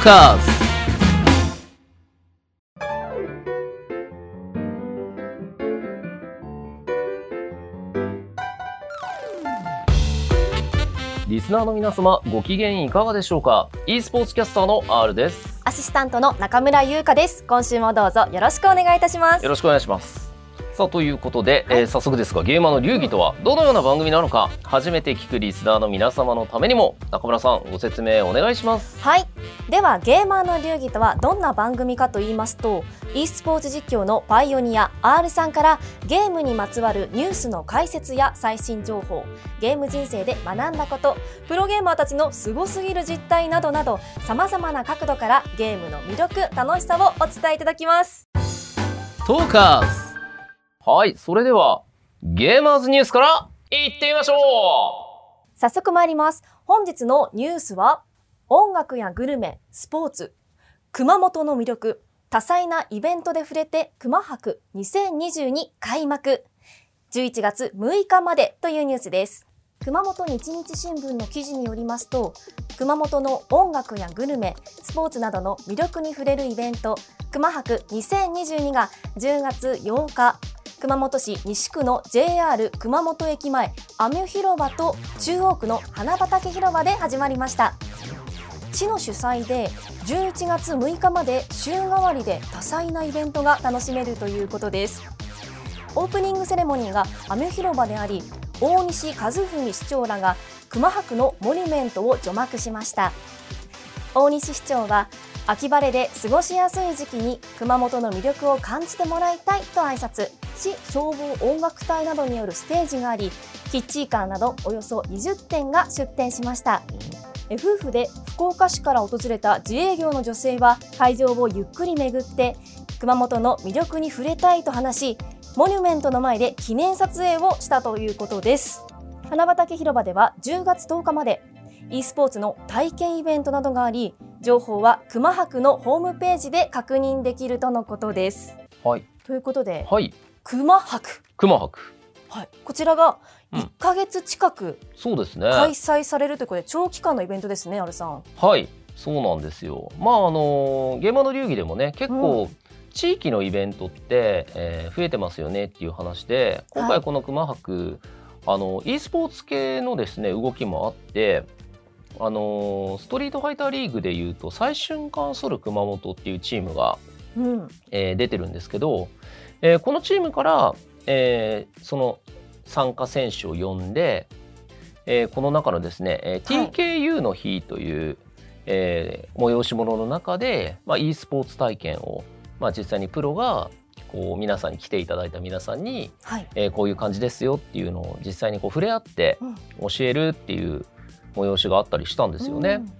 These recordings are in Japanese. カーズリスナーの皆様ご機嫌いかがでしょうか e スポーツキャスターの R ですアシスタントの中村優香です。今週もどうぞよろしくお願いいたしますよ。ろしくお願いしますさあということで、えー早速ですがゲーマーの流儀とはどのような番組なのか初めて聞くリスナーの皆様のためにも中村さんご説明お願いしますはい。では、ゲーマーの流儀とはどんな番組かと言いますと、e スポーツ実況のパイオニア R さんからゲームにまつわるニュースの解説や最新情報、ゲーム人生で学んだこと、プロゲーマーたちのすごすぎる実態などなど、様々な角度からゲームの魅力、楽しさをお伝えいただきます。トーカーズはいそれではゲーマーズニュースからいってみましょう早速参ります。本日のニュースは、音楽やグルメ、スポーツ、熊本の魅力、多彩なイベントで触れて熊博2022開幕。11月6日までというニュースです。熊本日日新聞の記事によりますと、熊本の音楽やグルメ、スポーツなどの魅力に触れるイベント、熊博2022が10月8日、熊本市西区の JR 熊本駅前アミュ広場と中央区の花畑広場で始まりました市の主催で11月6日まで週替わりで多彩なイベントが楽しめるということですオープニングセレモニーがアミュ広場であり大西和文市長らが熊博のモニュメントを除幕しました大西市長は秋晴れで過ごしやすい時期に熊本の魅力を感じてもらいたいと挨拶市消防音楽隊などによるステージがありキッチーカーなどおよそ20店が出店しましたえ夫婦で福岡市から訪れた自営業の女性は会場をゆっくり巡って熊本の魅力に触れたいと話しモニュメントの前で記念撮影をしたということです花畑広場では10月10日まで e スポーツの体験イベントなどがあり情報は熊博のホームページで確認できるとのことですはいということではい熊博熊博はい、こちらがうん1ヶ月近くそうですね開催されるということで、長期間のイベントですね、アルさん。はい、そうなんですよ。まああのゲーマーの流儀でもね、結構、地域のイベントって、えー増えてますよねっていう話で、今は回いこの熊博、あの e スポーツ系のですね動きもあって。あのストリートファイターリーグでいうと最春カンソル熊本っていうチームが、うん、えー出てるんですけど、えーこのチームから、えーその参加選手を呼んで、えーこの中のですね、えーはい TKU の日という、えー催し物の中で、まあ、e スポーツ体験を、まあ、実際にプロがこう皆さんに来ていただいた皆さんに、はい、えーこういう感じですよっていうのを実際にこう触れ合ってうん教えるっていう催しがあったりしたんですよね。うん。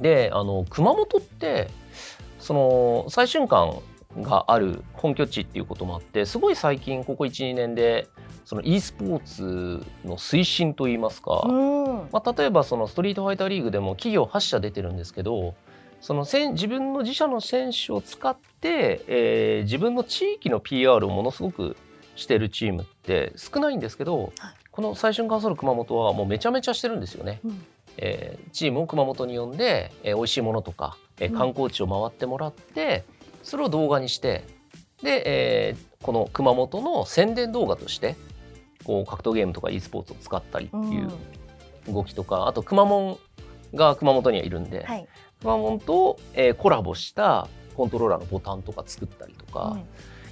であの熊本ってその最春館がある本拠地っていうこともあってすごい最近ここ12年でその e スポーツの推進といいますか、うんまあ、例えばそのストリートファイターリーグでも企業8社出てるんですけどそのせん自分の自社の選手を使って、えー自分の地域の PR をものすごくしてるチームって少ないんですけど、はいこの最春関する熊本はもうめちゃめちゃしてるんですよね。うんえーチームを熊本に呼んで、えー美味しいものとか、えーうん観光地を回ってもらってそれを動画にしてで、えーこの熊本の宣伝動画としてこう格闘ゲームとか e スポーツを使ったりってうんいう動きとかあとくまモンが熊本にはいるんで、はい、くまモンと、えーコラボしたコントローラーのボタンとか作ったりとか、うん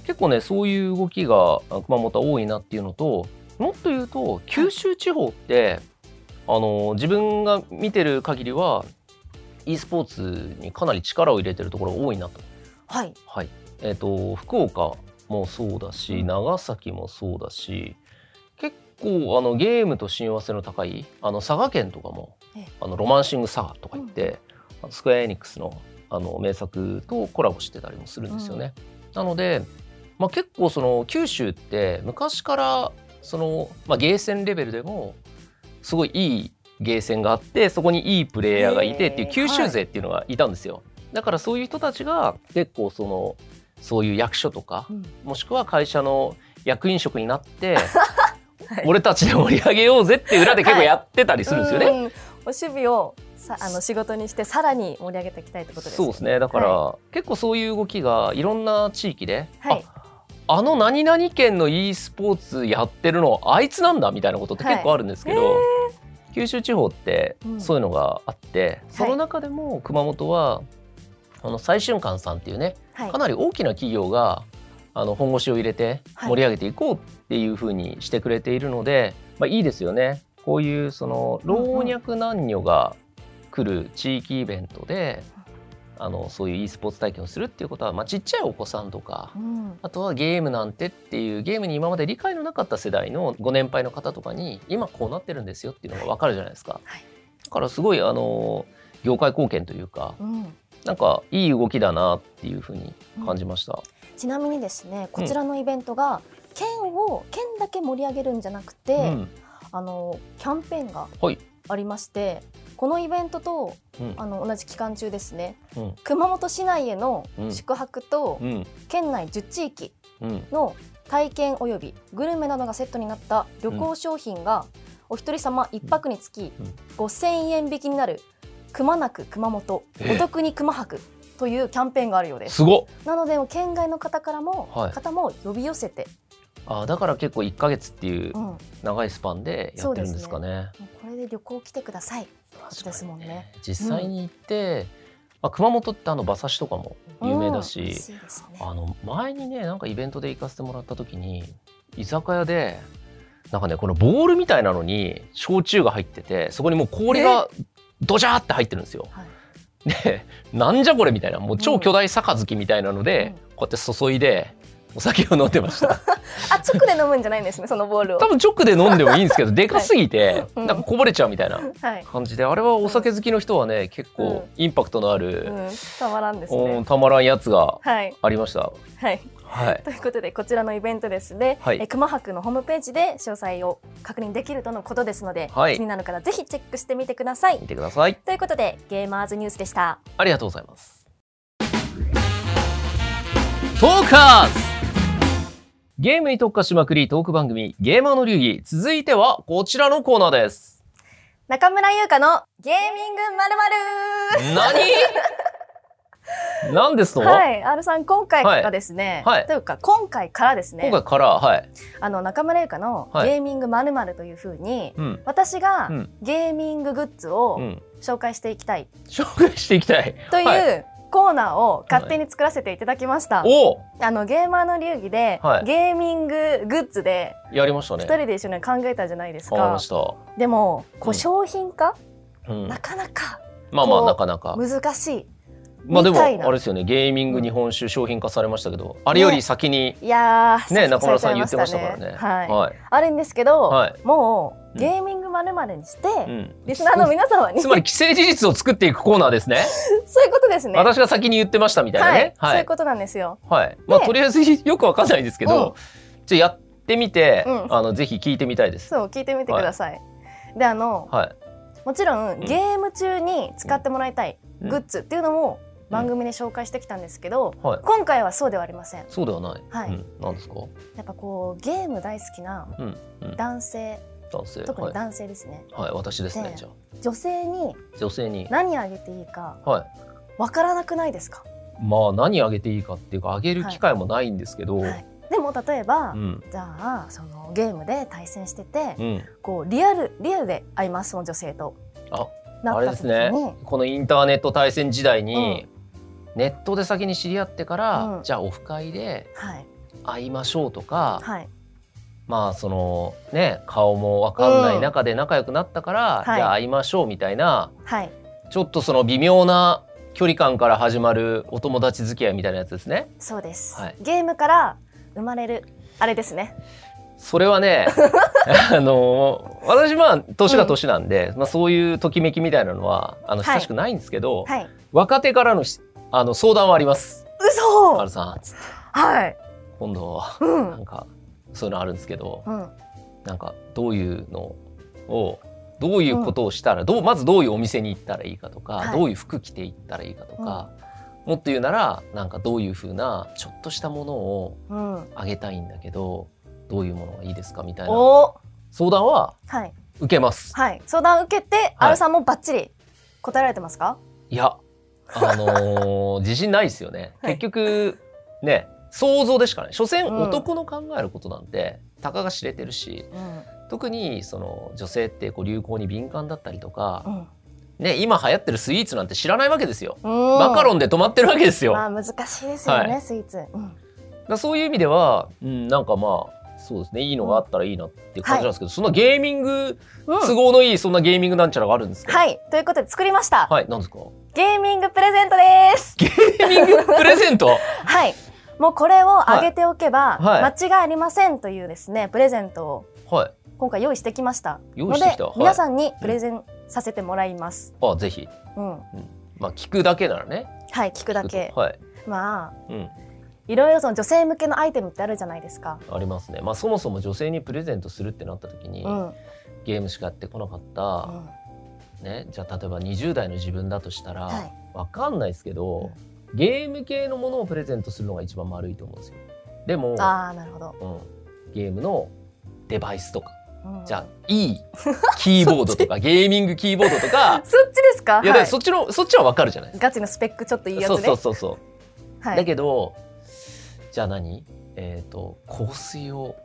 結構ねそういう動きがあ熊本は多いなっていうのともっと言うと九州地方ってあの自分が見てる限りは e スポーツにかなり力を入れてるところが多いなと。はい、はいえー、と福岡もそうだし長崎もそうだし結構あのゲームと親和性の高いあの佐賀県とかもええ「あのロマンシング佐賀」とか言って、あのスクエア・エニックスのあの名作とコラボしてたりもするんですよね。なので、まあ、結構その九州って昔からその、まあ、ゲーセンレベルでもすごいいいゲーセンがあってそこにいいプレイヤーがいてっていうへー九州勢っていうのがいたんですよ。だからそういう人たちが結構そのそういう役所とかうんもしくは会社の役員職に なって俺たちで盛り上げようぜって裏で結構やってたりするんですよね。うん趣味をさあの仕事にしてさらに盛り上げていきたいってことですそうですねだから、結構そういう動きがいろんな地域で、はいああの何々県の e スポーツやってるのあいつなんだみたいなことって結構あるんですけど、九州地方ってうんそういうのがあって、その中でも熊本はあの最春館さんっていうねはいかなり大きな企業があの本腰を入れてはい盛り上げていこうっていうふうにしてくれているので、いまあ、いいですよねこういうその老若男女が来る地域イベントで、あのそういう e スポーツ体験をするっていうことは、まあ、ちっちゃいお子さんとかうんあとはゲームなんてっていうゲームに今まで理解のなかった世代のご年配の方とかに今こうなってるんですよっていうのが分かるじゃないですか。はいだからすごいあの業界貢献というかうんなんかいい動きだなっていうふうに感じました。ちなみにですねこちらのイベントが、県を県だけ盛り上げるんじゃなくて、うんあのキャンペーンがはいありまして、このイベントとうんあの同じ期間中ですねうん熊本市内へのうん宿泊とうん県内10地域うんの体験およびグルメなどがセットになった旅行商品がお一人様一泊につきうん5000円引きになるくまなく熊本えお得に熊泊というキャンペーンがあるようですすごっなので県外の方からも、はい方も呼び寄せて、あだから結構1か月っていううん、も長いスパンでやってるんですかね。うこれで旅行来てください確ですもんね実際に行って、まあ、熊本ってあの馬刺しとかも有名だし、うん美味しいですねあの前にねなんかイベントで行かせてもらった時に居酒屋でなんかねこのボールみたいなのに焼酎が入っててそこにもう氷がドジャーって入ってるんですよ。はいでなんじゃこれみたいなもうう超ん巨大杯みたいなので、うんこうやって注いでお酒を飲んでま した。あ直で飲むんじゃないんですねそのボールを多分直で飲んでもいいんですけどでかすぎて、うんなんかこぼれちゃうみたいなはい、感じであれはお酒好きの人はね結構インパクトのある、うん、たまらんですうんねたまらんやつがはいありました。はい はいということでこちらのイベントですね、はいえ熊博のホームページで詳細を確認できるとのことですので、はい気になる方ぜひチェックしてみてください見てください。ということでゲーマーズニュースでしたありがとうございます。トーカーズゲームに特化しまくりトーク番組ゲーマーの流儀。続いてはこちらのコーナーです。中村優香のゲーミングまるまる 何何ですと、はい、R さん今回がですね、はいはいというか今回からですね今回から、はい。あの中村優香のはいゲーミングまるまるというふうに、うん。私がうんゲーミンググッズうをん。紹介していきたい紹介していきたい。という、はコーナーを勝手に作らせていただきました、おおあのゲーマーの流儀で、はいゲーミンググッズでやりましたね2。人で一緒に考えたじゃないです変わりまかした。でもうこうん商品化、うんな。かなかまあまこあうなかなか。難しまあでもみあたれいなですよね。ゲーミング日本酒商品化されましたけど、あれより先にいいやーねさっき中村さん言ってさまれしちたゃかいらね。はいはあるんですけど、はいもううんゲーミングまるまるにして、い。うん。リスナーの皆様に つ そうまり既成事実を作っていくコーナーですね。いうことですね私が先に言ってましたみたいなね。はい、はそういうい。ことなんですよはい。まあでとりあえずよくわかんないですけど、じゃあやってみて、うんあのぜひ聞いてみたいです。そう聞いてみてください、であのはい。もちろんんゲーム中に使ってもらいたいうんグッズっていうのも番組で紹介してきたんですけど、はい。今回はそうではありませんそうではない。はいうん。なんですか。やっぱこうゲーム大好きなうん。うん男性男性。特はにい。男性ですね、はい。私ですねで。じゃ女性にあ女性に。何あげていいかはい。わからなくないですか、まあ何あげていいかっていうかあげる機会もないんですけど。はい、でも例えば、うん。じゃあそのゲームで対戦してて、うん。こうリアルリアルで会いますその女性とあなあっれたで時すにねこのインターネット対戦時代に、ネットで先に知り合ってから、うんじゃあオフ会ではい会いましょうとか、はいまあそのね顔も分かんなういん中で仲良くなったから、はいじゃあ会いましょうみたいなはいちょっとその微妙な距離感から始まるお友達付き合いみたいなやつですね。そうです、はいゲームから生まれるあれですねそれは ねあの私まあ年が年なんで、まあ、そういうときめきみたいなのはあのはい親しくないんですけど、はい若手からのしあの相談はあります。嘘丸さんはい今度はうなんんかそういうのあるんですけど、うんなんかどういうのをどういうことをしたら、どうまずどういうお店に行ったらいいかとか、はいどういう服着て行ったらいいかとか、もっと言うならなんかどういうふうなちょっとしたものをうんあげたいんだけどどういうものがいいですかみたいなお相談ははい受けますはい、相談受けて、はいアルさんもバッチリ答えられてますか。いやあ のー自信ないですよねはい結局ね想像でしかない所詮うん男の考えることなんて、たかが知れてるしうん、特にその女性ってこう流行に敏感だったりとか、うん、ね、今流行ってるスイーツなんて知らないわけですよ。ママカロンで止まってるわけですよ。まあ、難しいですよね、はスイーツ。うん、だからそういう意味では、うん、なんかまあそうですねいいのがあったらいいなっていう感じなんですけど、そんなゲーミング都合のいいそんなゲーミングなんちゃらがあるんですか、はい、ということで、作りました。はい、なんですか ゲーミングプレゼントです。ゲーミングプレゼントはい。もうこれを上げておけはば、いはい間違いありませんというですねプレゼントをはい今回用意してきました用の意でしてきた、はい、皆さんにプレゼンさせてもらいます、あぜひ、うんまあ、聞くだけならねはい聞くだけはい、まあうん、いろいろその女性向けのアイテムってあるじゃないですか、ありますね、まあ、そもそも女性にプレゼントするってなった時に、うんゲームしかやってこなかった、うんね、じゃあ例えば20代の自分だとしたら、はいわかんないですけど、ゲーム系のものをプレゼントするのが一番丸いと思うんですよ。でも、ああなるほど、うん、ゲームのデバイスとかうんじゃあいいキーボード とかゲーミングキーボードとかそっちですかいや、だかはらいそっちのそっちはわかるじゃないですガチのスペックちょっといいか。やつそねうそうそうそう。はい、だけどじゃあ何えっ、と香水を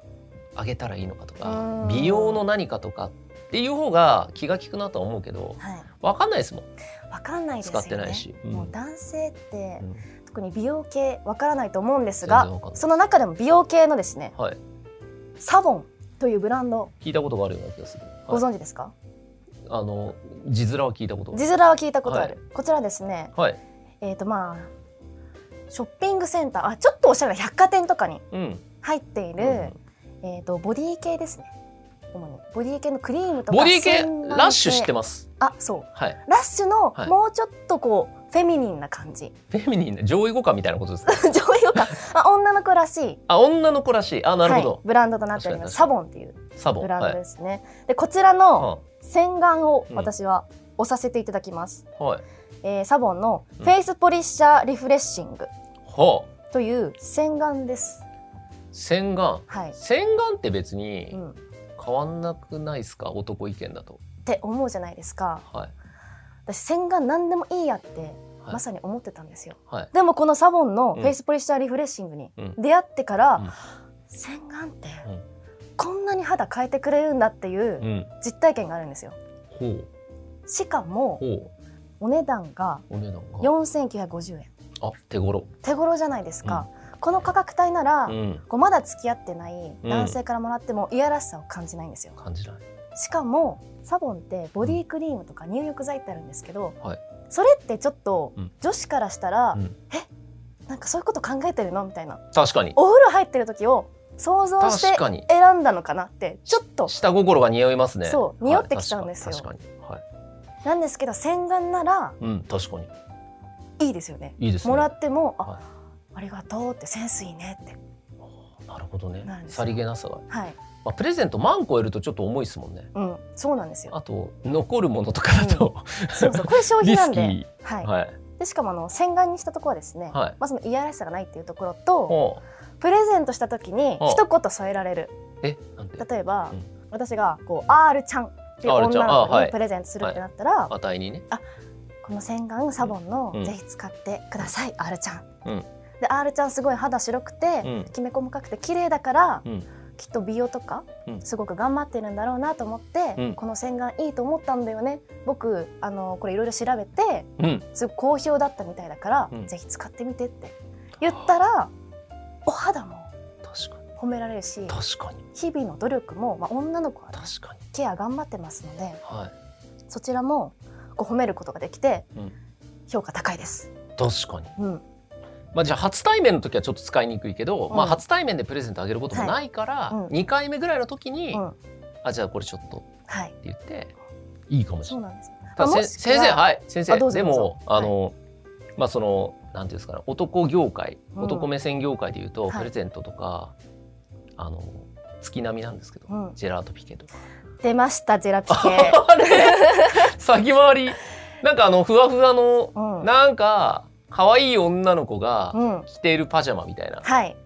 あげたらいいのかとうかん美容の何かとかっていう方が気が利くなとは思うけどはい、わかんないですもん。わかんないですよね使ってないしうんもう男性って、うん特に美容系わからないと思うんです全然がわかんないその中でも美容系のですねはい。サボンというブランド聞いたことがあるような気がする。ごはい、存知ですか、あの字面は聞いたことがあ字る。面は聞いたことある、こちらですねはい。えっ、とまあショッピングセンターあちょっとおしゃれな百貨店とかにうん。入っている、うんえっ、とボディ系ですね主にボディ系のクリームとかボディ系洗顔系ラッシュしてます。あそうはい。ラッシュのはいもうちょっとこう、フェミニンな感じ フェミニンな上位互換みたいなことですか。上位 感、まあ、女の子らしいあ、女の子らしい。あ、なるほど。はい、ブランドとなっておりますサ確ボンっていうサボン。ブランドはい。ですね、でこちらのは洗顔をうん私は押させていただきます、い。はい。えーサボンのうフんェイスポリッシャーリフレッシングはあ。という洗顔です洗顔。はい、洗顔って別うにん、っ変わんなくないですか、男意見だと。て思うじゃないですかはい。私洗顔何でもいいやってはいまさに思ってたんですよ、はい。でもこのサボンのうんフェイスポリッシャーリフレッシングにうん出会ってから、うん洗顔ってうん。こんなに肌変えてくれるんだっていううん実体験があるんですよほう。しかもほお値段がう。お値段が。 4950円あ、手頃。手頃じゃないですか、この価格帯なら、うん。こうまだ付き合ってない男性からもらってもいやらしさを感じないんですよ感じない。しかもサボンってボディクリームとか入浴剤ってあるんですけど、はいそれってちょっとうん女子からしたら、うんえなんかそういうこと考えてるのみたいな確かに。お風呂入ってる時を想像して確かに。選んだのかなってちょっと下心が匂いますね。そうはい匂ってきちゃうんですよ確かに。確かにはい。なんですけど洗顔ならうん、確かに。いいですよねいいですね。もらってもあ、はいありがとうってセンスいいねってなるほどねなるん。ですよさりげなさが。はいまあ、プレゼント万超えるとちょっと重いですもんね。うんそうなんですよあと残るものとかだと、そうそうこれ消費リなスんキでー。はい、はい。でしかもあの洗顔にしたところはですね、はいまあそのいやらしさがないっていうところとほプレゼントした時にあ一言添えられるうえ、なんて。例えば、うん私がこう R ちゃんっていう R ちゃ女んあの子はにいプレゼントするってなったら、値にね。この洗顔サボンの、うんぜひ使ってください R ちゃん、うんで R ちゃんすごい肌白くて、うんきめ細かくて綺麗だから、うんきっと美容とか、うんすごく頑張ってるんだろうなと思って、うんこの洗顔いいと思ったんだよね僕あのこれいろいろ調べてうん。すごく好評だったみたいだから、うんぜひ使ってみてって言ったらお肌も確かに。褒められるし確かに。日々の努力も、まあ、女の子はね確かに。ケア頑張ってますのではい。そちらもこう褒めることができて、うん評価高いです。確かに。うんまあ、じゃあ初対面の時はちょっと使いにくいけど、うんまあ、初対面でプレゼントあげることもないから、はいうん2回目ぐらいの時に、うんあじゃあこれちょっとってはい、言っていいかもしそれうない。なんです。ただませあもしく先生はい先生あどうぞでどうぞもあの、まあそのなんていうんですかね男業界うん男目線業界でいうと、はいプレゼントとかあの月並みなんですけど、うんジェラートピケとか。出ましたジェラピケ。あれ先回りなんかあのふわふわのうん、なんか可愛い女の子がうん、着ているパジャマみたいなはい、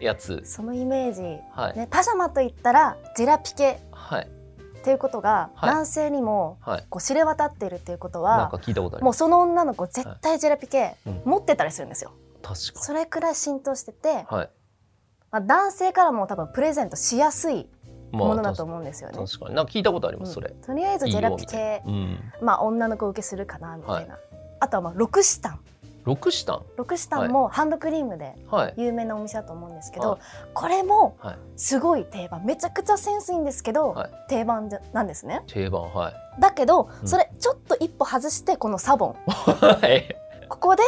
やつ、そのイメージ。はいね、パジャマと言ったらジェラピケはいっていうことがはい男性にもはいこう知れ渡っているっていうことなんは、か聞いたことありもまうすその女の子絶対ジェラピケうん持ってたりするんですよ。確かそれくらい浸透してて、にはいまあ、男性からも多分プレゼントしやすいまものだと確思うんですよね。確かになんか聞いたことあります、それうんとりあえずジェラピいいケうんまあ女の子受けするかなみたいな、あとはまあロクシタン六シタンロクシタンもハンドクリームではい有名なお店だと思うんですけど、はいこれもはいすごい定番めちゃくちゃセンスいいんですけど、はい定番じゃなんですね定番はいだけどうんそれちょっと一歩外してこのサボンはいここで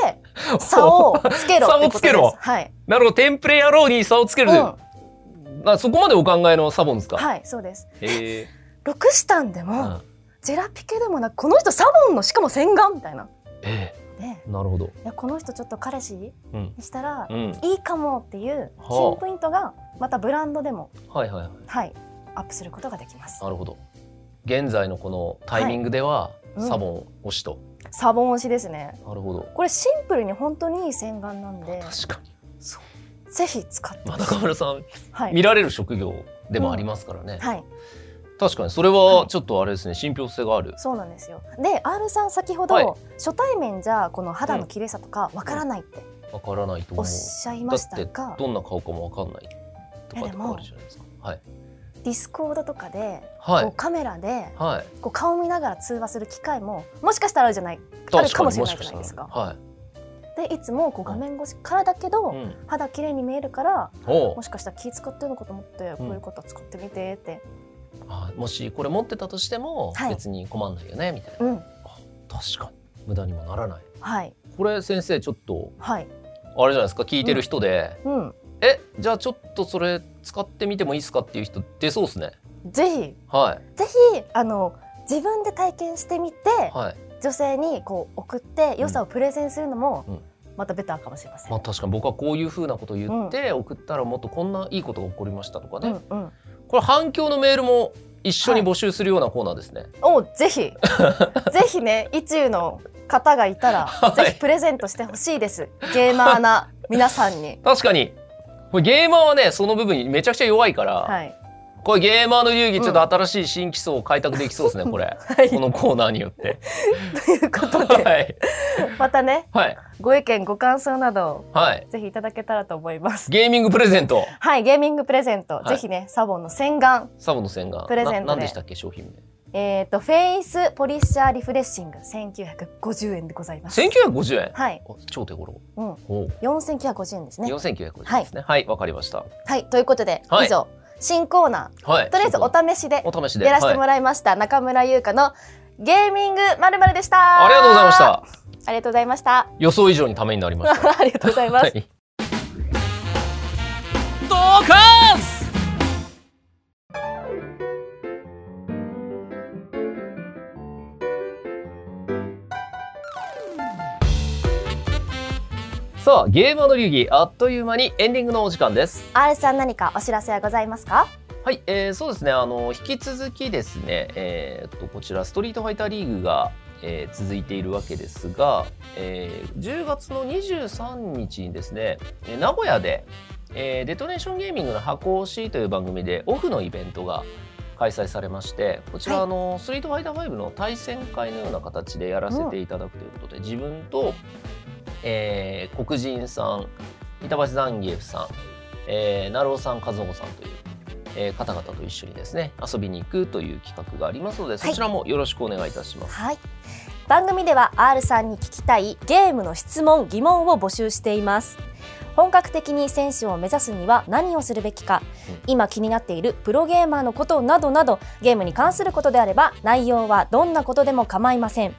差をつけろってことです差をつけろはい、 なるほどテンプレ野郎に差をつけうる、ん、あそこまでお考えのサボンですか、はいそうですへえロクシタンでうも、んジェラピケでもなくこの人サボンのしかも洗顔みたいなえでえなるほどいやこの人ちょっと彼氏にうんしたらうんいいかもっていうはあ新ポイントがまたブランドでもはいはいはいはいアップすることができますなるほど現在のこのタイミングでは、うんサボン推しと、サボン推しですねなるほどこれシンプルに本当にいい洗顔なんで確かにそうぜひ使ってまあ中村さんはい見られる職業でもありますからね、はい確かにそれはちょっとあれですね信憑性があるそうなんですよで R さん先ほど、はい初対面じゃこの肌の綺麗さとかわからないってわからないとお思っうしゃいだましたってが、どんな顔かもわかんないとかえっでてもあるじゃないですかはいディスコードとかで、はこういカメラではいこう顔見ながら通話する機会ももしかしたらあるじゃないある確かかもにしれもなしかいじゃしないたですらか。はいでいつもこう画面越しからだけど、うん肌綺麗に見えるからおうもしかしたら気使ってるのかと思って、こういう方使ってみてって、あもしこれ持ってたとしてもはい別に困んないよねみたいな、うん、確かに無駄にもならないはいこれ先生ちょっとはい、あれじゃないですか聞いてる人で、うん、えじゃあちょっとそれ使ってみてもいいですかっていう人出そうですねぜひはぜひあの自分で体験してみて、いはい女性にこう送って良さをプレゼンするのも、うんまたベターかもしれません。まあ確かに僕はこういうふうなことを言って送ったらもっとこんないいことが起こりましたとかうね、んうん、これ反響のメールも一緒に募集するようなコーナーですね、お ぜひぜひね意中の方がいたら、はいぜひプレゼントしてほしいですゲーマーな皆さ んに確かにこれゲーマーはねその部分にめちゃくちゃ弱いから、はい、これゲーマーの流儀ちょっと新しい新基礎を開拓できそうですね、これ はい、このコーナーによっ てということで、はいまたねはいご意見ご感想などはいぜひいただけたらと思います。ゲーミングプレゼントはい、ゲーミングプレゼント、はいぜひね、サボンの洗顔、サボの洗顔プレゼントでな何でしたっけ商品名えっ、と、フェイスポリッシャーリフレッシング、1950円でございます。 1950円はい、あ超手頃うん、おう4950円ですね。 4950円ですねはいわ、かりましたはい、ということで、はい以上、新コーナはいー、とりあえずお試しでお試しでやらせてもはい、らいました、中村優香のゲーミングまるまるでした。ありがとうございまし。たありがとうございました。 予想以上にためになりましたありがとうございます。はいドカンスさあゲーマーの流儀あっという間にエンディングのお時間です R さん何かお知らせはございますかはい、えー、そうですね。あの引き続きですね、えーっとこちらストリートファイターリーグが、えー続いているわけですが、えー10月の23日にですね、えー名古屋で、えーデトネーションゲーミングの箱推しという番組でオフのイベントが開催されまして、こちら、はいあのストリートファイター5の対戦会のような形でやらせていただくということで、自分と、えー黒人さん、板橋ザンギエフさん、えー、成尾さん、和子さんという。えー方々と一緒にですね遊びに行くという企画がありますのでそちらもよろしくお願いいたします。はい。番組では R さんに聞きたいゲームの質問・疑問を募集しています。本格的に選手を目指すには何をするべきか、うん今気になっているプロゲーマーのことなどなどゲームに関することであれば内容はどんなことでも構いません。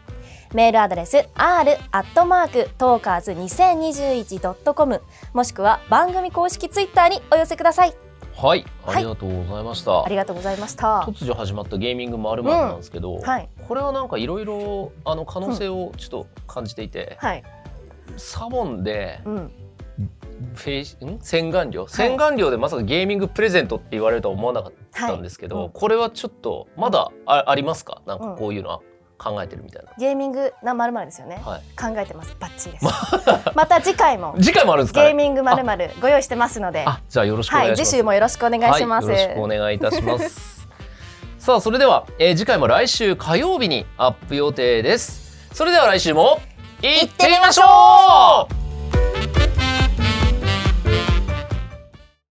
メールアドレス r アットマークトーカーズ二千二十一ドットコムもしくは番組公式ツイッターにお寄せください。はい、はいありがとうございました。ありがとうございました。突如始まったゲーミングまるまるなんですけど、はいこれはなんかいろいろあの可能性をちょっと感じていて、はい、サボンでうん、フェイスん洗顔料、洗顔料でまさかゲーミングプレゼントって言われるとは思わなかったんですけど、はいうんこれはちょっとまだあありますか？なんかこういうのは考えてるみたいな。ゲーミングなまるまるですよね。はい。考えてます。バッチリです。 また次回も次回もあるんですか、ゲーね？ミングまるまるご用意してますので、あ、じゃあよろしくおは願い、いしま次す。週もよろしくお願いします。はい、よろしくお願いいたします。 さあそれでは、えー次回も来週火曜日にアップ予定ですそれでは来週も行ってみましょう